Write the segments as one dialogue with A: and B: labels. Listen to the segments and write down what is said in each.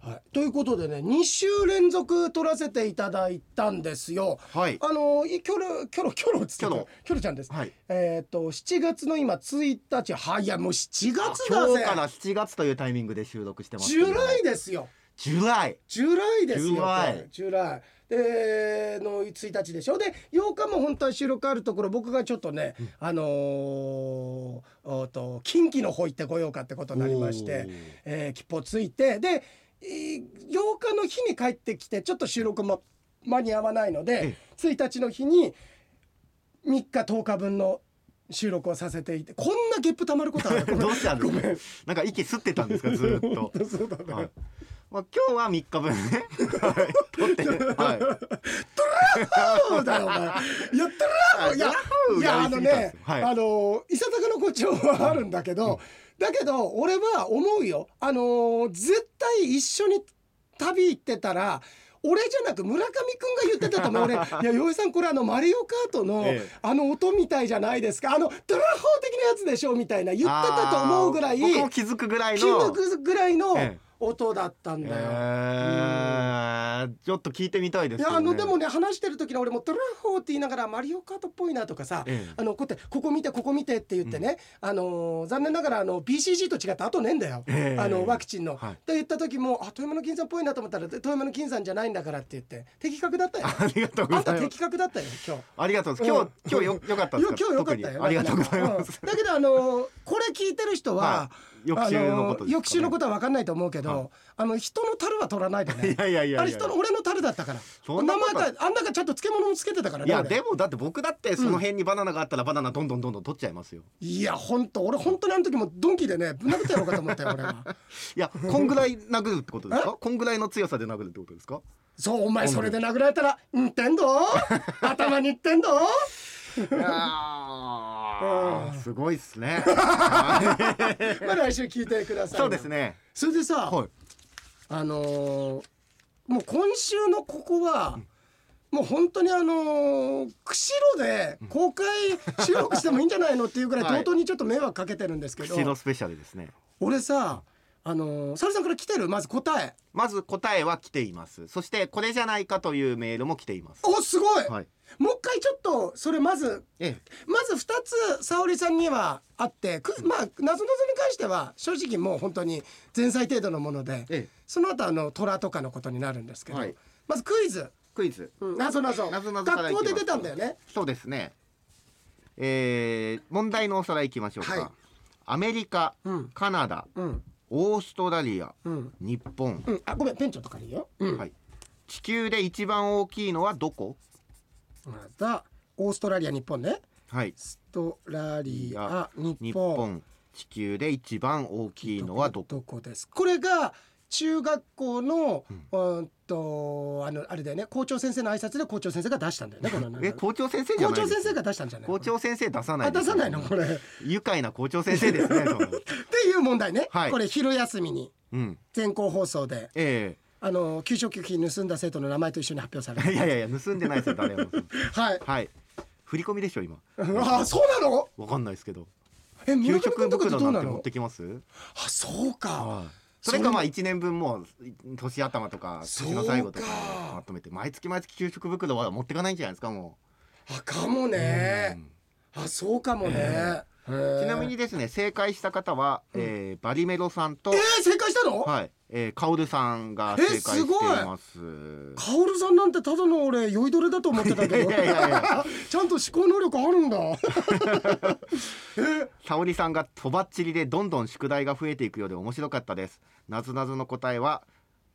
A: はい、ということでね2週連続撮らせていただいたんですよ。
B: はい
A: あのいキョロキョロキョロっつってた
B: キョロ
A: キョロちゃんです。
B: はい
A: えっ、と7月の今1日はいいやもう7月だ
B: 今日
A: ぜ
B: から7月というタイミングで収録してます
A: ジュライですよ。
B: ジュライ
A: ジュライですよ。
B: ジュライ
A: ジュライでの1日でしょで8日も本当は収録あるところ僕がちょっとね、あのーおっと近畿の方行ってこようかってことになりまして
B: おー、
A: えー、切符ついてでえー8日の日に帰ってきてちょっと収録も間に合わないので
B: え
A: 1日の日に3日10日分の収録をさせていてこんなゲップたまることある
B: どうしたん
A: ごめん
B: ですかなんか息吸ってたんですか ずーっと
A: 本当そうだね、
B: はいまあ、今日は3日分ねはい撮ってはい
A: そうだよお前やったら
B: あ
A: いや
B: ヤッホー
A: いや
B: や
A: あの
B: りすぎたんです
A: ね
B: よ、はい
A: あのいささかの誇張はあるんだけど、だけど俺は思うよあのー絶対一緒に旅行ってたら俺じゃなく村上くんが言ってたと思う 俺いや洋平さんこれあのマリオカートの、
B: ええ
A: あの音みたいじゃないですかあのドラフォー的なやつでしょみたいな言ってたと思うぐらい
B: あー僕も気づくぐらいの
A: 気抜くぐらいの
B: ええ
A: 音だったんだよ。
B: えーちょっと聞いてみたいで
A: い
B: すよ、ね、
A: やあのでもね話してる時の俺も「ドラフォー」って言いながら「マリオカートっぽいな」とかさ、
B: ええ
A: あのこうやって「ここ見てここ見て」って言ってね、あのー残念ながらあの BCG と違ってあとねえんだよ、
B: ええ
A: あのワクチンの。
B: はい
A: って言った時も「あ富山の金さんっぽいな」と思ったら「富山の金さんじゃないんだから」って言って的確だったよ。
B: ありがとう
A: あ
B: ご
A: ん
B: ざ
A: た
B: います
A: 的確だったよ今日。
B: ありがとうございます今日、今日よよかったです
A: よ
B: か
A: 今日よかった
B: 特
A: よ。
B: にありがとうございます、
A: うんだけどあのーこれ聞いてる人は、
B: はい翌週のこ
A: あ
B: とですかね
A: ー翌週のことは分かんないと思うけど、
B: はい
A: あの人の樽は取らないでね。
B: いやいやいやいや
A: あれ人の俺の樽だったから。
B: そんなこと
A: 名前かあん中ちゃんと漬物もつけてたからね。
B: いや
A: 俺
B: でもだって僕だってその辺にバナナがあったらバナナどんどんどんどん取っちゃいますよ
A: いや本当俺本当にあの時もドンキでねぶん殴ってやろうかと思ったよ俺 は。
B: いやこんぐらい殴るってことですかこんぐらいの強さで殴るってことですか
A: そうお前それで殴られたら「んてんど頭にいってんど
B: いや
A: うん
B: ーすごいっ すね
A: まあ来週聞いてください。
B: そうです。ね
A: それでさ、
B: はい
A: あのーもう今週のここは、もう本当にあのー釧路で公開収録してもいいんじゃないのっていうぐらい
B: はい
A: 同等にちょっと迷惑かけてるんですけど、
B: 釧路スペシャルですね
A: 俺さあのー、サルさんから来てるまず答え
B: まず答えは来ていますそしてこれじゃないかというメールも来ています
A: おすごい、
B: はい
A: もう一回ちょっとそれまず
B: え
A: まず2つ沙織さんにはあってくまあなぞなぞに関しては正直もう本当に前菜程度のもので、
B: ええ
A: その後あの虎とかのことになるんですけど、
B: はい
A: まずクイズ
B: クイズ
A: なぞなぞ
B: なぞなぞか
A: 学
B: らいきま
A: 校
B: す
A: で出たんだよね
B: そうですねえー問題のおさらいいきましょうか、
A: はい
B: アメリカ、
A: うん
B: カナダ
A: うん
B: オーストラリア、
A: うん
B: 日本、
A: うんあごめんペンチョとかでいいよ、うん
B: はい、地球で一番大きいのはどこ
A: またオーストラリア日本ね
B: はい
A: オーストラリア日本
B: 日本地球で一番大きいのはどこ
A: どこですこれが中学校の、うん、とあのあれだよね校長先生の挨拶で校長先生が出したんだよねこの
B: え校長先生じゃ
A: 校
B: ない
A: 長
B: です
A: 先生が出したんじゃない
B: 校長先生出さない
A: あ
B: で
A: 出
B: す
A: さないのこれって
B: 愉快な校長先生です ねその
A: いう問題ね、
B: はい
A: これ昼休みに
B: うん
A: 全校放送で
B: え
A: あの給食費盗んだ生徒の名前と一緒に発表され
B: え
A: る
B: いやいやいや盗んでないですよ誰も
A: はい
B: はい振り込みでしょ今
A: ああそうなの
B: わかんないですけど
A: え
B: 給
A: 村上
B: 食
A: 君とかって
B: 袋
A: どう
B: なん
A: な
B: て持っ
A: の
B: てきます
A: あそうか
B: それかまあ一年分もう年頭とか
A: そうか
B: 年の最後とかまとめて毎月毎月給食袋は持ってかないんじゃないですかも
A: あかも
B: う、
A: ね
B: うん
A: あそうかもねち
B: ち
A: な
B: なみにですね正解した方は、えーバリメロさんと、
A: えー正解したの
B: はいえー、カオルさんが
A: え
B: 正解して
A: す
B: い
A: ごい
B: ます。
A: カオルさんなんてただの俺酔いどれだと思ってたけど
B: いやいやいや
A: ちゃんと思考能力あるん だえ
B: 沙織さんがとばっちりでどんどん宿題が増えていくようで面白かったです。なぞなぞの答えは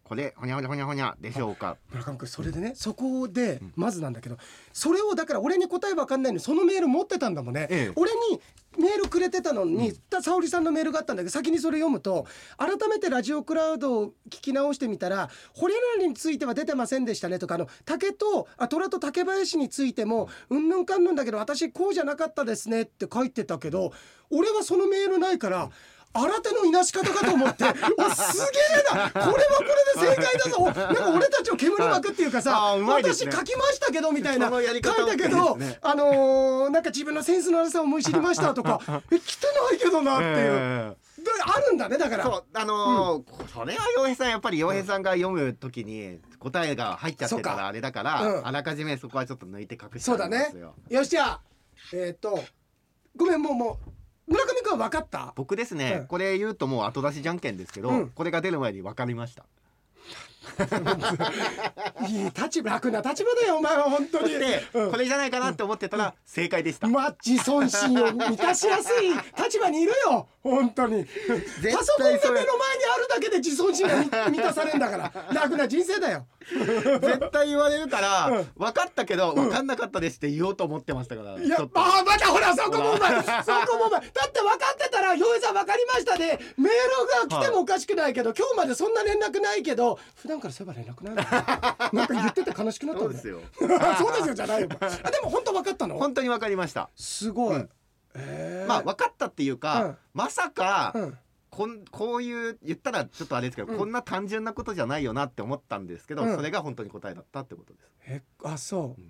B: これほにゃほにゃほにゃほにゃでしょうか。
A: 村上君それでねそこでまずなんだけど、それをだから俺に答えわかんないのにそのメール持ってたんだもんね、
B: ええ
A: 俺にメールくれてたのに、た沙織さんのメールがあったんだけど先にそれ読むと改めてラジオクラウドを聞き直してみたら「堀アナについては出てませんでしたね」とかあの竹とあ虎と竹林についても「うんぬんかんぬんだけど私こうじゃなかったですね」って書いてたけど俺はそのメールないから。新手のいなし方かと思って おすげえなこれはこれで正解 だぞおなんか俺たちを煙巻くっていうかさ、
B: あーうまいです
A: 私
B: ね
A: 書きましたけどみたいな書
B: その
A: い
B: やり方
A: たけど、
B: ですね
A: あ のーなんか自分のセンスの悪さを思い知りましたとかえ来てないけどなっていう、
B: えー
A: あるんだねだから
B: そうあのーそれは洋平さんやっぱり洋平さんが読むときに答えが入っちゃってた
A: そうから
B: あれだから、
A: うん
B: あらかじめそこはちょっと抜いて隠して
A: そ
B: あ
A: うだ
B: りま
A: ね
B: すよ。
A: よしじゃあえっ、とごめんもうもう村上君は分かった
B: 僕ですね、
A: うん
B: これ言うともう後出しじゃんけんですけど、
A: うん
B: これが出る前に分かりました
A: いい立場楽な立場だよお前は本当
B: そ
A: に
B: して、
A: うん
B: これじゃないかなって思ってたら正解でした、
A: マッチ尊心を満たしやすい立場にいるよ本当に
B: 対
A: パソコンが目の
B: そ
A: 前
B: れ
A: にあるだけで自尊心が満満たされんだ から楽な人生だよ
B: 絶対言われるから、
A: うん
B: 分かったけど分かんなかったですって言おうと思ってましたから、
A: いや
B: ちょっと
A: あまたほらそこもお前そこもお前だって分かってたら「よいさん分かりましたで、メールが来てもおかしくないけど、今日までそんな連絡ないけど普段からそういえば連絡ないの なんか言ってて悲しくなった
B: そ
A: ん
B: うで
A: だ
B: す
A: よ
B: よ
A: そうですよじゃないよお前あでも本当分かったの
B: 本当に分かりました、
A: すごい、
B: うん
A: え
B: まあ分かったっていうか、
A: うん
B: まさか、
A: うん、
B: こんこういう言ったらちょっとあれですけど、
A: うん
B: こんな単純なことじゃないよなって思ったんですけど、
A: うん
B: それが本当に答えだったってことです、
A: えあそう、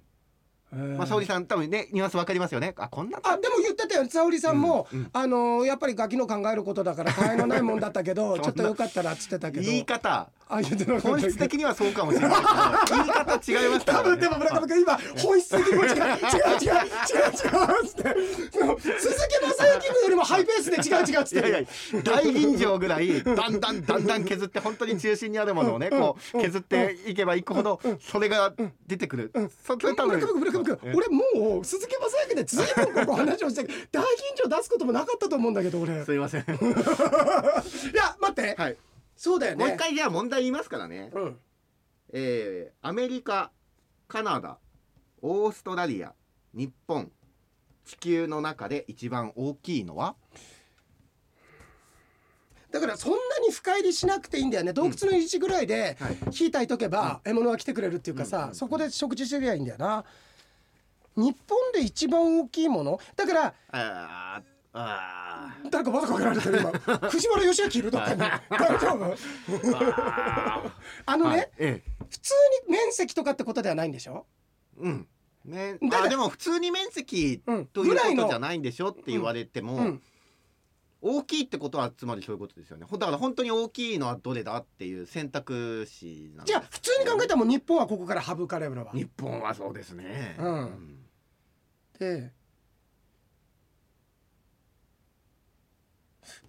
A: えー
B: まあ沙織さん多分ねニュアンス分かりますよねあこんな
A: あでも言ってたよ沙織さんも、
B: うんうん
A: あのーやっぱりガキの考えることだから大変のないもんだったけ
B: そん
A: ど
B: な
A: ちょっとよかったらっつってたけど
B: 言い方
A: あ言ってなかった
B: 本質的にはそうかもしれないけど言い方違いますか
A: 多
B: ら、ね、
A: 分でも村上君今本質的にも違う違う違う違う違うっつってその鈴木雅之君よりもハイペースで違う違うっつ
B: い
A: って
B: やいや大吟醸ぐらいだんだんだんだん削って本当に中心にあるものをねこう削っていけばいくほどそれが出てくるそそれ多
A: 村上
B: 分
A: 君村上君俺もう鈴木雅之でずいぶんここ話をして大緊張出すこともなかったと思うんだけど俺いや
B: すいません
A: 待って、
B: はい
A: そうだよね
B: もう一回じゃあ問題言いますからね
A: うん
B: えーアメリカカナダオーストラリア日本地球の中で一番大きいのは
A: だからそんなに深入りしなくていいんだよね洞窟の位置ぐらいで
B: はい
A: 火炊いとけば獲物は来てくれるっていうか
B: うんうん
A: さ
B: うん
A: そこで食事してりゃいいんだよな日本で一番大きいものだから
B: あーあ
A: 誰かまだかけられてる今 藤原義明いるだって大丈夫
B: ーあ
A: あ
B: ー
A: のね、
B: はいええ
A: 普通に面積とかってことではないんでしょ
B: うんね、
A: ただ
B: あでも普通に面積
A: うん
B: という
A: ぐらい
B: こ
A: の
B: とじゃないんでしょって言われても、
A: うん
B: 大きいってことはつまりそういうことですよねほだから本当に大きいのはどれだっていう選択肢なん
A: じゃあ普通に考えたらもう日本はここから省かれるわ
B: え日本はそうですね
A: うんで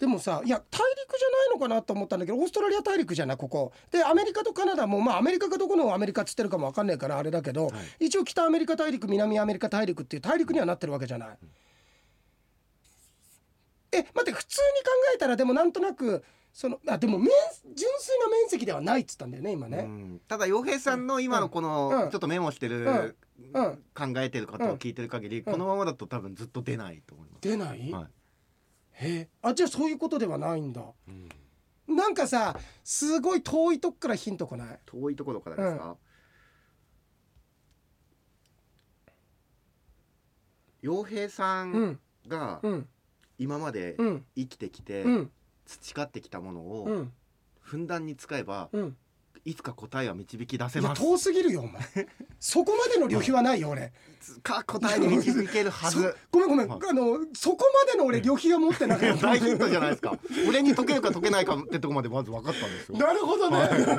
A: でもさいや大陸じゃないのかなと思ったんだけどオーストラリア大陸じゃないここでアメリカとカナダもまあアメリカがどこのアメリカっつってるかもわかんないからあれだけど、
B: はい
A: 一応北アメリカ大陸南アメリカ大陸っていう大陸にはなってるわけじゃない。え待って普通に考えたらでもなんとなくそのあでも面純粋な面積ではないっつったんだよね今
B: う
A: ね。
B: んただ洋平さんの今のこ
A: うんう
B: の
A: ん
B: ちょっとメモしてる、
A: うんうん
B: 考えてる方を聞いてる限り、このままだと多分ずっと出ないと思います、
A: 出ない、
B: はい
A: へえあじゃあそういうことではないんだ。なんかさすごい遠いとこからヒント来ない
B: 遠いところからですか、洋平さ
A: うんん
B: が
A: うん
B: 今まで
A: うん
B: 生きてきて
A: うん
B: 培ってきたもの
A: う
B: を
A: ん
B: ふんだんに使えば
A: うん
B: いつか答えは導き出せ
A: いや
B: ます
A: 遠すぎるよお 前そこまでの旅費はないよ俺
B: か答えに導けるは
A: そ
B: ず
A: ごめんごめん、
B: はい
A: あのそこまでの俺旅費は持ってなかった
B: 大ヒントじゃないですか俺に解けるか解けないかってとこまでまず分かったんで すよ
A: なるほどね。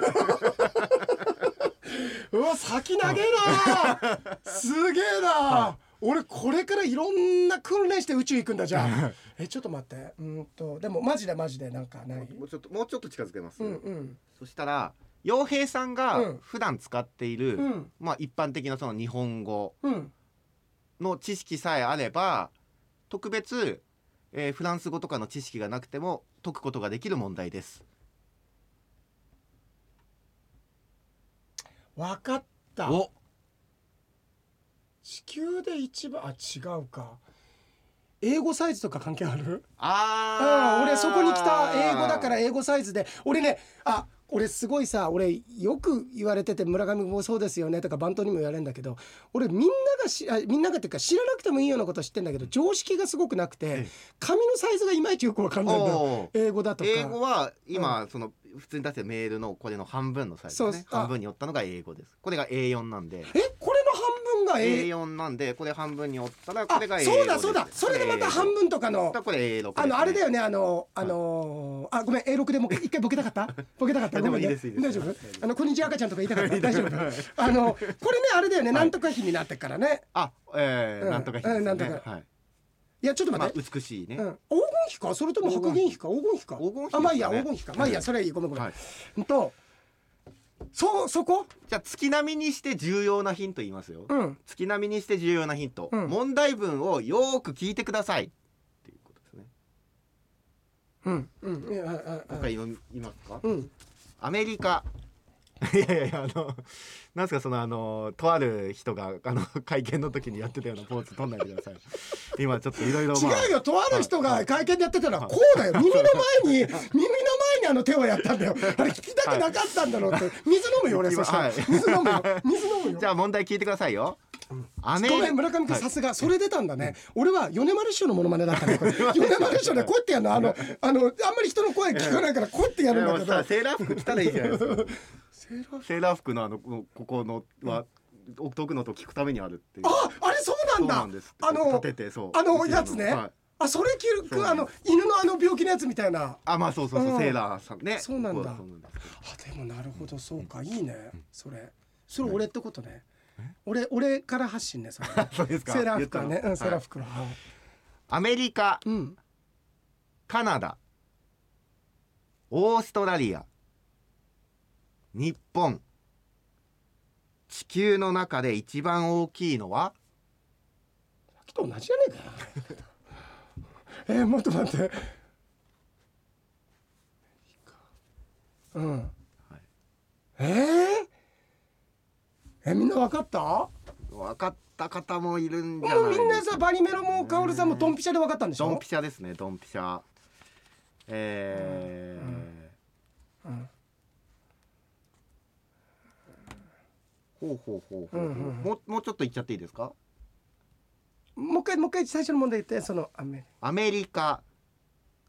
A: うわ先投げな。すげえな。俺これからいろんな訓練して宇宙行くんだじゃ ん。えちょっと待って。うんとでもマジでマジでなんかない。
B: もうちょっともうちょっと近づけます、
A: うんうん
B: そしたら洋平さん
A: う
B: が
A: ん
B: 普段使っている、
A: うん
B: まあ一般的なその日本語
A: うん。
B: の知識さえあれば特別、えーフランス語とかの知識がなくても解くことができる問題です
A: わかった。
B: お
A: 地球で一番あ違うか。英語サイズとか関係ある？
B: あ
A: う
B: ー
A: ん、俺そこに来た英語だから英語サイズで俺ねあ俺すごいさ俺よく言われてて村上もそうですよねとかバントにも言われるんだけど俺みんながしあみんながっていうか知らなくてもいいようなこと知ってんだけど常識がすごくなくて
B: え
A: 紙のサイズがいまいちよくわかんないんだよ
B: おー
A: 英語だとか
B: 英語は今、その普通に出してるメールのこれの半分のサイズ
A: そう
B: で
A: っ
B: す
A: す
B: ね
A: あ
B: 半分に寄ったのが英語ですこれが A4 なんで
A: えこれの半分今 A
B: A4 なんでこれ半分に折ったらこ
A: あ
B: れが A5
A: そうだそうだそれでまた半分とか
B: だ
A: の
B: からこれ A6 ですね
A: あのあれだよねあのあのーあごめん A6 でもう一回ボケたかったボケたかった
B: いやでも
A: ごめんね
B: いいですいいです
A: 大丈夫あのこんにちは赤ちゃんとか言いたか った大丈夫あのこれねあれだよね
B: はい
A: なんとか日になってっからね
B: あえ
A: う
B: ー
A: ん
B: なんとかです
A: うん
B: ね
A: なんとか
B: はい
A: いやちょっと
B: ま
A: 待っ
B: あ
A: て
B: 美しいね
A: うん、黄金比かそれとも白銀比か黄金比か
B: 黄金比ですかね
A: あまあいいや黄金比かまあいいや
B: うん
A: それはいいごめんごめん、
B: はい
A: うんとそうそこ
B: じゃあ月並みにして重要なヒント言いますよ
A: うん
B: 月並みにして重要なヒント
A: うん
B: 問題文をよーく聞いてくださいっていうことですね
A: うんうんいやあああ
B: もう一回読みますか
A: うん
B: アメリカいやいやいやあのなんすかそのあのとある人があの会見の時にやってたようなポーズ取んないでください今ちょっといろいろまあ
A: 違うよとある人が会見でやってたのは
B: はい
A: こう だよ耳の前に耳の前にあの手をやったんだよあれ聞きたくなかったんだろうって水飲むよ俺そしたら
B: はい
A: 水飲むよ 水飲むよ
B: じゃあ問題聞いてくださいよアメ
A: ごめん村上君
B: はい
A: さすがそれ出たんだね俺は米丸師匠のモノマネだっ たねこれ米丸師匠ねこうやってやるのあのあのあんまり人の声聞かないからこうやってや
B: い
A: る
B: や
A: んだけ
B: もう
A: ど
B: さセーラー服着たらいいじゃないですか
A: セーラー
B: セーラー服のあのこここのは解くのと聞くためにあるっていう
A: ああれそう
B: そう
A: な
B: なんん
A: だ
B: です
A: あの
B: 立ててそう
A: あのやつね
B: はい
A: あそれ着
B: そう
A: る
B: な
A: あ
B: んで
A: の犬のあの病気のやつみたいな
B: あまあそうそう
A: う
B: そ
A: ん
B: うセーラーさんね
A: そうなんだ
B: そうなんです
A: あでもなるほどそうかいいねそれそれ俺ってことね俺俺から発信ねそれ
B: そう ですか
A: セーラー服は
B: 言
A: ね
B: った
A: う
B: の
A: んセーラー
B: はい
A: 服ははい
B: アメリカ
A: うん
B: カナダオーストラリア日本地球の中で一番大きいのは
A: さっきと同じじゃねえかよ えー、もっと待ってうん、えーえみんな分かった
B: 分かった方もいるんじゃ
A: もう
B: ない
A: みんなさバニメロもカオルさんもドンピシャで分かったんでしょ
B: ドンピシャですねドンピシャえー
A: うんうん
B: ほうほうほうほう,、
A: うんうん
B: もうもうちょっと言っちゃっていいですか
A: もう一回もう一回最初の問題言ってそのアメ
B: アメリカ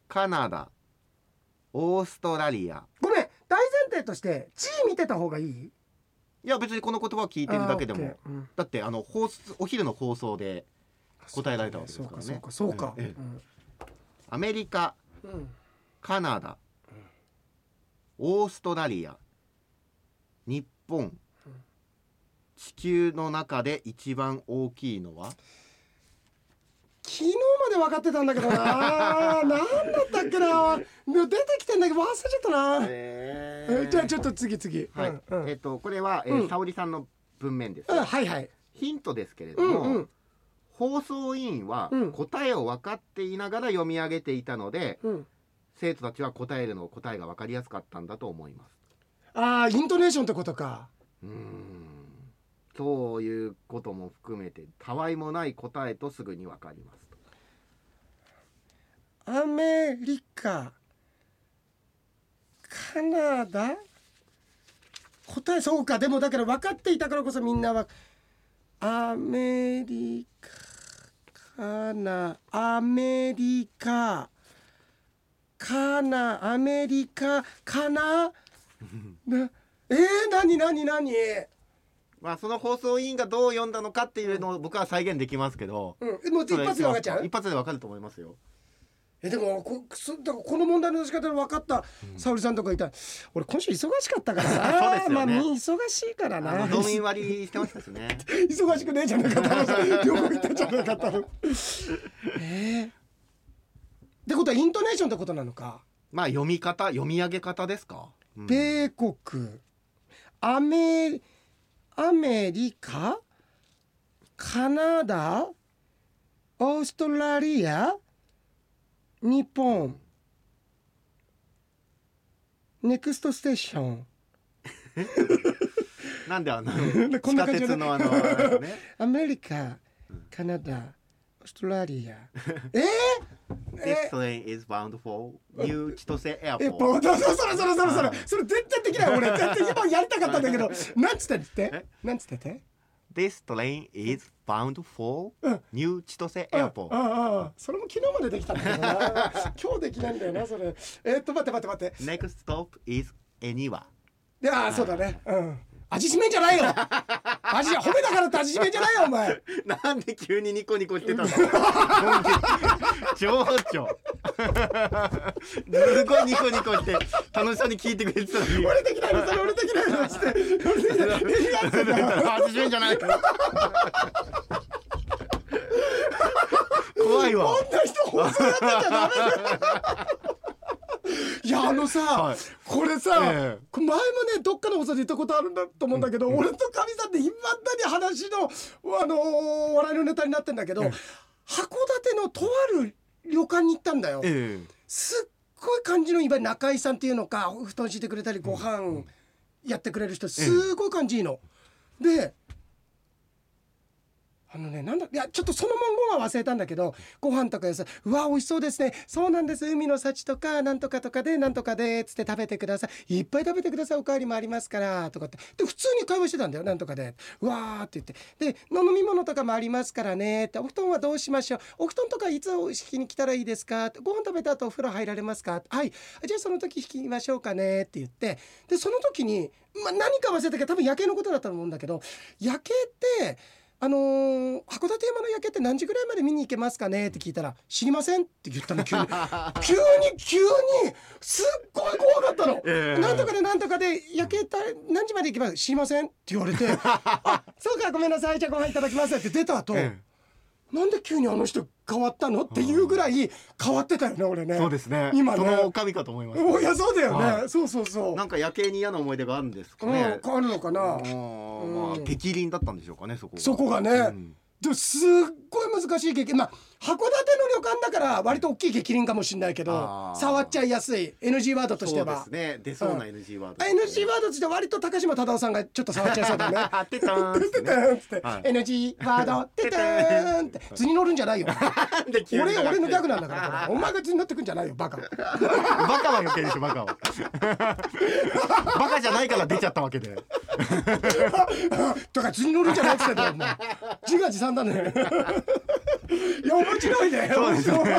B: カナダオーストラリア
A: ごめん大前提として地位見てた方がいい
B: いや別にこの言葉を聞いてるだけで
A: あー
B: も
A: オッケーうん
B: だってあの放送お昼の放送で答えられたわけです
A: そう
B: から
A: かそ
B: ね
A: うかそうか
B: ええアメリカ
A: うんうん
B: カナダオーストラリア日本地球の中で一番大きいのは
A: 昨日まで分かってたんだけ どななんだったっけなでも出てきてんだけど忘れちゃったな、
B: え
A: えじゃあちょっと次次
B: はい、
A: うんうん
B: えっ、とこれは、え
A: う
B: ー、
A: ん
B: 沙織さんの文面です、
A: うんはいはい
B: ヒントですけれど
A: うん
B: も、
A: うん
B: 放送委員は
A: うん
B: 答えを分かっていながら読み上げていたので、
A: うん
B: 生徒たちは答えるの答えが分かりやすかったんだと思います
A: ああイントネーションってことか
B: うーんそういうことも含めてたわいもない答えとすぐに分かりますと
A: アメリカカナダ答えそうかでもだから分かっていたからこそみんなはアメリカカナアメリカカナアメリカカナなえー、何何何
B: まあその放送委員がどう読んだのかっていうのを僕は再現できますけど、
A: うんもう一発で分かっちゃう
B: 一発で分かると思いますよ
A: えでもこそだからこの問題の出し方で分かった沙織さんとかいたら俺今週忙しかったから
B: そう
A: な
B: ですよね
A: まあみんな忙しいから
B: あ
A: な
B: のドー ミン割りしてましたしね
A: 忙しくねえじゃなか ったの旅行行ったじゃなかったのえーってことはイントネーションってことなのか
B: まあ読み方読み上げ方ですか、うん
A: 米国アメアメリカカナダオーストラリア日本ネクストステーション
B: なんであの
A: こ
B: 地
A: んな感
B: 下
A: じ
B: 鉄
A: だね
B: のあのあれです ね
A: アメリカカナダオーストラリ アえー、
B: This train is bound for New 千歳エア
A: え
B: ポ
A: ポ
B: ー
A: ー
B: ト
A: トそうそうそうそうそうそれ絶対できない俺絶対今やりたかったんだけ どなんつったって
B: え
A: なんつったって
B: This train is bound for
A: うん
B: New 千歳エアポ
A: あ
B: ート
A: あああそれも昨日までできたんだけどな 今日できないんだよなそれえーっと待って待って待って
B: Next stop is Eniwa
A: でああそうだねうん味しめんじゃないよ味じゃ褒めだからって味しめじゃないよお前
B: なんで急にニコニコしてたの本気情緒すごいニコニコして楽しそうに聞いてくれてたのに
A: 俺できないのそれ俺できないのつって俺できないのえなんつってんだよ
B: 80円じゃない怖いわ
A: こんな人本当にやってちゃ ダメだよいやあのさ、
B: はい
A: これさ、
B: ええ
A: 前もねどっかの放送で言ったことあるんだと思うんだけど、俺とかみさんっていまだに話の、あのー笑いのネタになってんだけど、
B: ええ
A: 函館のとある旅館に行ったんだよ。
B: ええ
A: すっごい感じのいわゆる中井さんっていうのか布団敷いてくれたりご飯やってくれる人すごい感じいいの。であのねなんだいやちょっとその文言は忘れたんだけどご飯とかよさ「うわ美味しそうですねそうなんです海の幸とかなんとかとかでなんとかで」つって食べてください「いっぱい食べてくださいおかわりもありますから」とかってで普通に会話してたんだよなんとかで「うわ」って言ってで飲み物とかもありますからねってお布団はどうしましょうお布団とかいつ敷きに来たらいいですかってご飯食べた後お風呂入られますかはいじゃあその時引きましょうかねって言ってでその時に、まあ、何か忘れたけど多分夜景のことだったと思うんだけど夜景ってあのー函館山の夜景って何時ぐらいまで見に行けますかねって聞いたら「知りません」って言ったの急 に急に急にすっごい怖かったの、
B: ええ
A: なんとかでなんとかで夜景た何時まで行けば知りませんって言わ れて「あそうかごめんなさいじゃあご飯いただきます」って出た後、
B: え
A: なんで急にあの人変わったのっていうぐらい変わってたよね俺ね
B: えそうですね
A: 今ね
B: そのおかみかと思います
A: おいやそうだよね、
B: は
A: そうそうそう
B: なんか夜景に嫌な思い出があるんですか
A: うん、
B: ね
A: 変わるのかな、
B: うんまあ
A: うん
B: 適輪だったんでしょうかねそこ
A: そこがね、
B: うん
A: でもすっごい難しい激輪まあ函館の旅館だから割と大きい激輪かもしれないけど
B: あー
A: 触っちゃいやすい NG ワードとして
B: そうで
A: は、
B: すね出そうな NG ワード
A: NG ワードとして割と高島忠夫さんがちょっと触っちゃいそうだね
B: あてたーんっ
A: テ
B: す
A: テ
B: ね
A: ーンっつって、
B: はい
A: NG ワー ドテテーンって図に乗るんじゃないよ
B: なんで急に
A: 俺俺のギャグなんだからこれお前が図に乗ってくんじゃないよバカ
B: バカは余計でしょバカはバカじゃないから出ちゃったわけで
A: とか図に乗るんじゃないっつってんだよお前自画自賛だ ねいや面白いね
B: そうですね
A: 面白い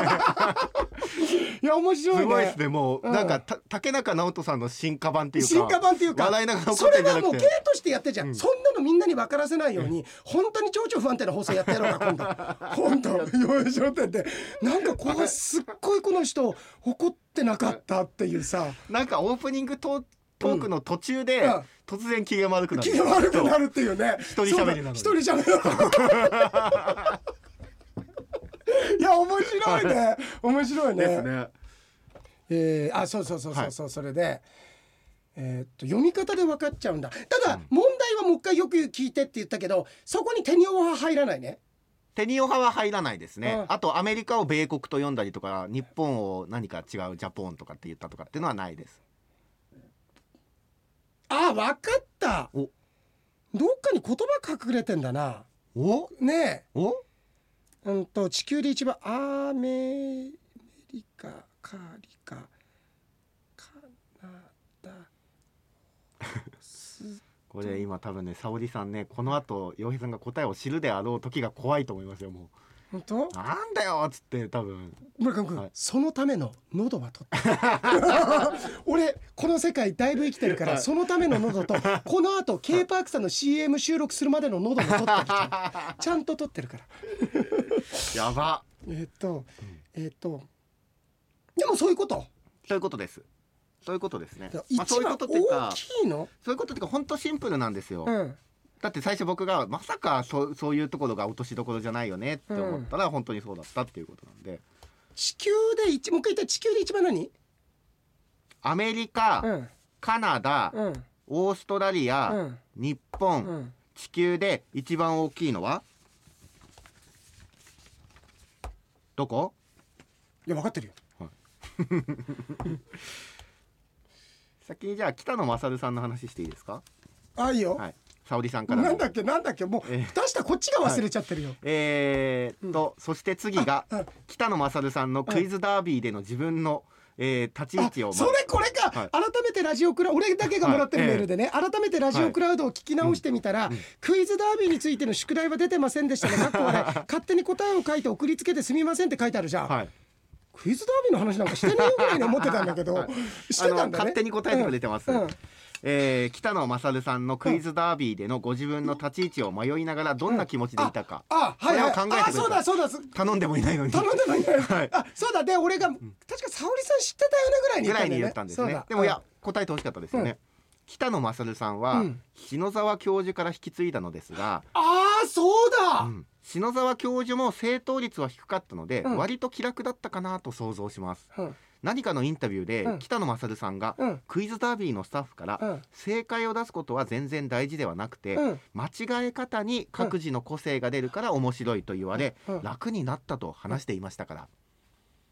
A: いや面白いね
B: すごいですねもう、
A: うん
B: なんかた竹中直人さんの進化版っていうか
A: 進化版っていうか
B: 笑いながら
A: それ
B: んじゃ
A: は
B: な
A: もう
B: く
A: 芸
B: て
A: としてやってるじゃん、そんなのみんなに分からせないように、本当に情緒不安定な放送やってやろう か今度本当よいしょってってなんかこうすっごいこの人怒ってなかったっていうさ
B: なんかオープニングトートークの途中で、
A: うん
B: 突然機嫌悪くなる
A: 気が悪くなるっていうね
B: 一人喋りなのに
A: そうだ一人喋り なのいや面白いね面白いね
B: ですね
A: えー、あそうそうそうそうそう、それで、えーっと読み方で分かっちゃうんだただ、
B: うん
A: 問題はもう一回よく聞いてって言ったけどそこに手にオは入らないね
B: テニオ派は入らないですね、
A: うん
B: あとアメリカを米国と呼んだりとか日本を何か違うジャポンとかって言ったとかっていうのはないです
A: あ分かったど
B: お
A: っかに言葉隠れてんだな
B: お
A: ね
B: お
A: えうんと地球で一番アメリカカリカカナ ダ
B: これ今多分ね沙織さんねこの後洋平さんが答えを知るであろう時が怖いと思いますよも
A: 本当
B: うなんだよっつって多分
A: 村上君、
B: はい
A: そのための喉は取って 俺この世界だいぶ生きてるからそのための喉 とこの後 K パークさんの CM 収録するまでの喉も取ってき たちゃんと取ってるから
B: やば
A: えーっとえーっとでもそういうこと
B: そういうことですそういうことですね
A: 一
B: まあ、そういう
A: 番
B: ことっていう
A: 大
B: か
A: きいの、
B: そういうことっていうか本当シンプルなんですよ、
A: うん
B: だって最初僕がまさかそうそういうところが落としどころじゃないよねって思ったら本当にそうだったっていうことなんで
A: 地球で一もう一回言った地球で一番何
B: アメリカ、
A: うん
B: カナダ、
A: うん
B: オーストラリア、
A: うん
B: 日本、
A: うん
B: 地球で一番大きいのはどこ
A: いや分かってるよ
B: 先にじゃあ北野勝さんの話していいですか
A: あいいよ、
B: はい沙織さんからの
A: なんだっけなんだっけもう、
B: え
A: 出したこっちが忘れちゃってるよ、
B: えーっと、そして次が
A: ああ
B: 北野勝さんのクイズダービーでの自分の、えー立ち位
A: あ
B: 置を、
A: それこれか、
B: はい
A: 改めてラジオクラ俺だけがもらってる
B: はい
A: メールでね、改めてラジオクラウドを聞き直してみたら、クイズダービーについての宿題は出てませんでしたが、か っこ笑い勝手に答えを書いて送りつけてすみませんって書いてあるじゃん、
B: はい、
A: クイズダービーの話なんかしてねえよぐらいに思ってたんだけど、して
B: あの
A: たんだね
B: 勝手に答えてくれてます、
A: うんうん
B: えー北野勝さんのクイズダービーでのご自分の立ち位置を迷いながらどんな気持ちでいたか、
A: あはいはい
B: これを考えてくださ
A: あ
B: い
A: そうだそうだす
B: 頼んでもいないのに
A: 頼んでもいない、
B: はい
A: あそうだで俺が確か沙織さん知ってたよねぐらいに
B: ぐ
A: 言っ
B: ら
A: た
B: い
A: んだ
B: に
A: よね
B: 言ったんです
A: そう
B: ね
A: だ
B: でもい
A: うん
B: や答えてほしかったですよね、
A: うん
B: 北野勝さんは、
A: うん
B: 篠沢教授から引き継いだのですが、
A: ああそうだ、
B: うん篠沢教授も正答率は低かったので、
A: うん
B: 割と気楽だったかなと想像します
A: うん
B: 何かのインタビューで、
A: うん
B: 北野勝さんが、
A: うん
B: クイズダービーのスタッフから、
A: うん
B: 正解を出すことは全然大事ではなくて、
A: うん
B: 間違え方に各自の個性が出るから面白いと言われ、
A: うん
B: 楽になったと話していましたから、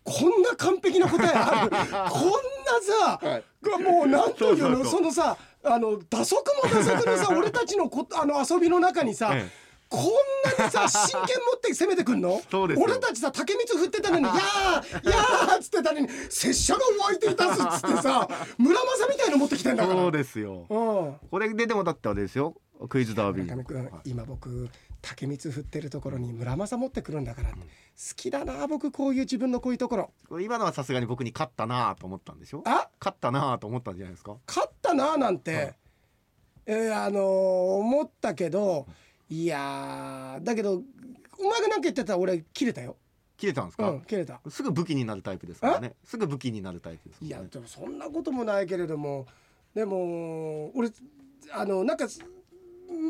A: こんな完璧な答え あるこんなさ、
B: はい
A: もうなんというのそ
B: そうそうそう
A: のさあの打足も打足の さ俺たちのこあの遊びの中にさ、
B: ええ
A: こんなに さ真剣持って攻めてくんの
B: そうですよ
A: 俺たちさ竹光振ってたの に「やーやー」っつってたのに拙者が湧いていたすっつって さ村正みたいの持ってきてんだから。
B: そう
A: で
B: ですよ
A: うん
B: これででもだったわけですよクイズダービー
A: 中野君
B: はい
A: 今僕竹光振ってるところに村正持ってくるんだから、好きだな僕こういう自分のこういうところ
B: これ今のはさすがに僕に勝ったなぁと思ったんでしょ
A: あ
B: 勝ったなぁと思ったんじゃないですか
A: 勝ったななんて、
B: はい
A: えーあのー思ったけどいやーだけどお前が何か言ってたら俺切れたよ、
B: 切れたんです
A: う
B: か、
A: ん、切れた
B: すぐ武器になるタイプですからねすぐ武器になるタイプです
A: い
B: か
A: や
B: らね
A: でもそんなこともないけれどもでも俺あのなんかす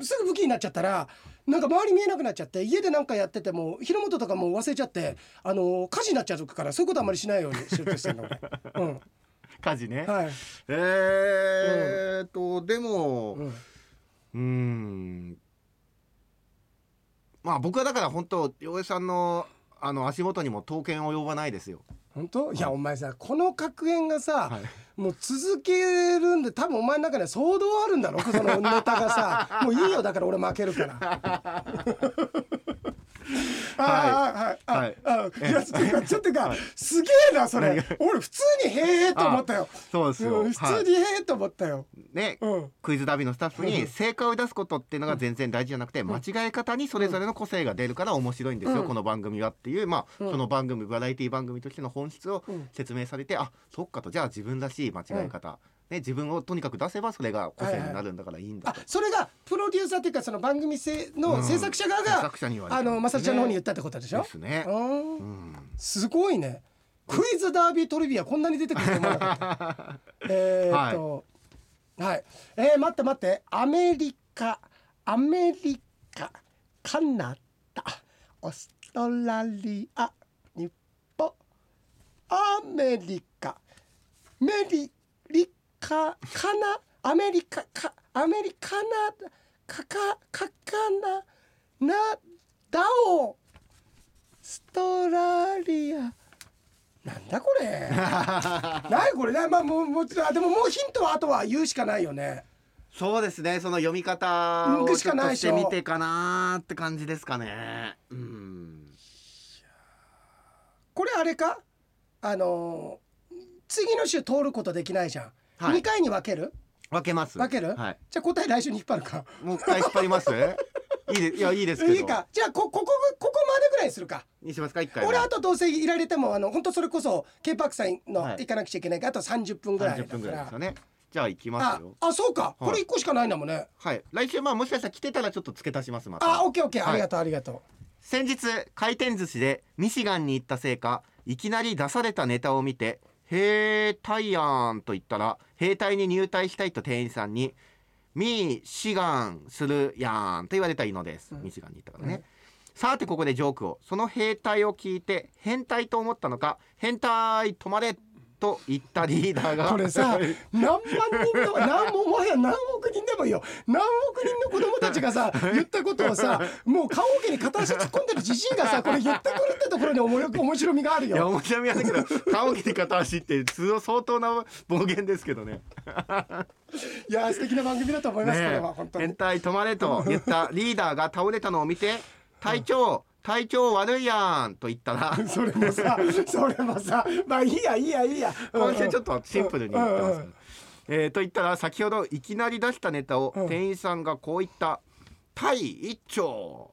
A: すぐ武器になっちゃったらなんか周り見えなくなっちゃって家でなんかやってても火の元とかも忘れちゃってあの火事になっちゃうからそういうことあんまりしないようにしようとしてるの俺、うん、
B: 火事ね、
A: はい、
B: えーっとでも
A: うん
B: うーんまあ僕はだから本当洋江さんのあの足元にも刀剣及ばないですよ
A: 本当いやお前さこの格言がさ、
B: はい
A: もう続けるんで多分お前の中には騒動あるんだろそのネタがさ もういいよだから俺負けるから。ああ
B: は
A: はい
B: い
A: ああいやちょっとかちょっとかすげえなそ
B: 何
A: れ
B: が
A: 俺普通にへえと思ったよ
B: あそうですよ、
A: うん普
B: は
A: 通
B: い
A: にへえと思ったよ
B: ね、
A: うん
B: クイズダービーのスタッフ
A: うん
B: に正解を出すことっていうのが全然大事じゃなくて間違え方にそれぞれの個性が出るから面白いんですよ、
A: うん
B: この番組はっていうまあ、
A: うん
B: その番組バラエティ番組としての本質を
A: うん
B: 説明されて、あそっかとじゃあ自分らしい間違え方、ね、自分をとにかく出せばそれが個性になるんだからいいんだ
A: あ
B: と、
A: それがプロデューサーっていうかその番組制
B: う
A: の
B: ん
A: 制作者側
B: 制
A: が
B: 作者に言われ
A: あ
B: たんですね
A: のまさるちゃんの方に言ったってことでしょ
B: ですね、
A: うん
B: うん、
A: すごいね。クイズダービートリビアこんなに出てくると思わなかった。えーっと、はい、えー待って待って、アメリカ、アメリカ、カナダ、オーストラリア、日本、アメリカ、メリリカ、カナ、アメリカ、カ、アメリカナダ、カカ、カカナ、ナダオ。ストラリアなんだこれなにこれねまあもうもちろんあでももうヒントはあとは言うしかないよね
B: そうですねその読み方
A: うん
B: を
A: くし
B: ちょ
A: か
B: っ
A: ない
B: と
A: で
B: し
A: しょ
B: てみてかなーって感じですかねうん
A: これあれかあのー次の週通ることできないじゃん、
B: はい
A: 2回に分ける
B: 分けます
A: 分ける、
B: はい
A: じゃあ答え来週に引っ張るか
B: もう一回引っ張りま すいいでいやいいですけど
A: いいかじゃあこここここまでぐらいにするか
B: にしますか一回
A: 俺あとどうせいられてもあの本当それこそ K パークさんの
B: はい
A: 行かなくちゃいけないから、あと30分ぐらいだ
B: 30
A: から
B: 分ぐらいですよねじゃあ行きま
A: あ
B: すよ
A: あそうか、これ1個しかないんだもんね
B: はい来週まあもしかしたら来てたらちょっと付け足しますま
A: あ
B: た
A: オッケーオッケー、
B: はい
A: ありがとうありがとう
B: 先日回転寿司でミシガンに行ったせいかいきなり出されたネタを見て「へータイアン」と言ったら兵隊に入隊したいと店員さんに「ミシガンするやん」と言われたいのです、
A: うん
B: ミシガンに行ったからね、
A: うん
B: さてここでジョークをその兵隊を聞いて変態と思ったのか「変態止まれ!」と言ったリーダーが
A: これさ何万人の何ももはや何億人でもいいよ何億人の子供たちがさ言ったことをさもう顔桶に片足突っ込んでるじじいがさこれ言ってくるってところに面白 面白みがある
B: いや
A: よ。
B: 面白みはだけど 顔切り片足って通常相当な暴言ですけどね
A: いや素敵な番組だと思います、これは本当
B: 変
A: に。
B: 態止まれと言ったリーダーが倒れたのを 見て「体調体調悪いやん」と言ったら
A: それもさそれもさまあいいやいいやいいや。
B: 今週ちょっとシンプルに言ってま
A: う
B: すか
A: んう
B: ら
A: ん。
B: えーと言ったら先ほどいきなり出したネタを
A: うん
B: 店員さんがこう言った「対一丁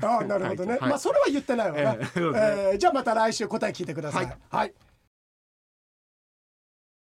A: ああなるほどね、
B: はい
A: まあそれは言ってないわな、
B: ええそうですね
A: えーじゃあまた来週答え聞いてください。
B: はい
A: はい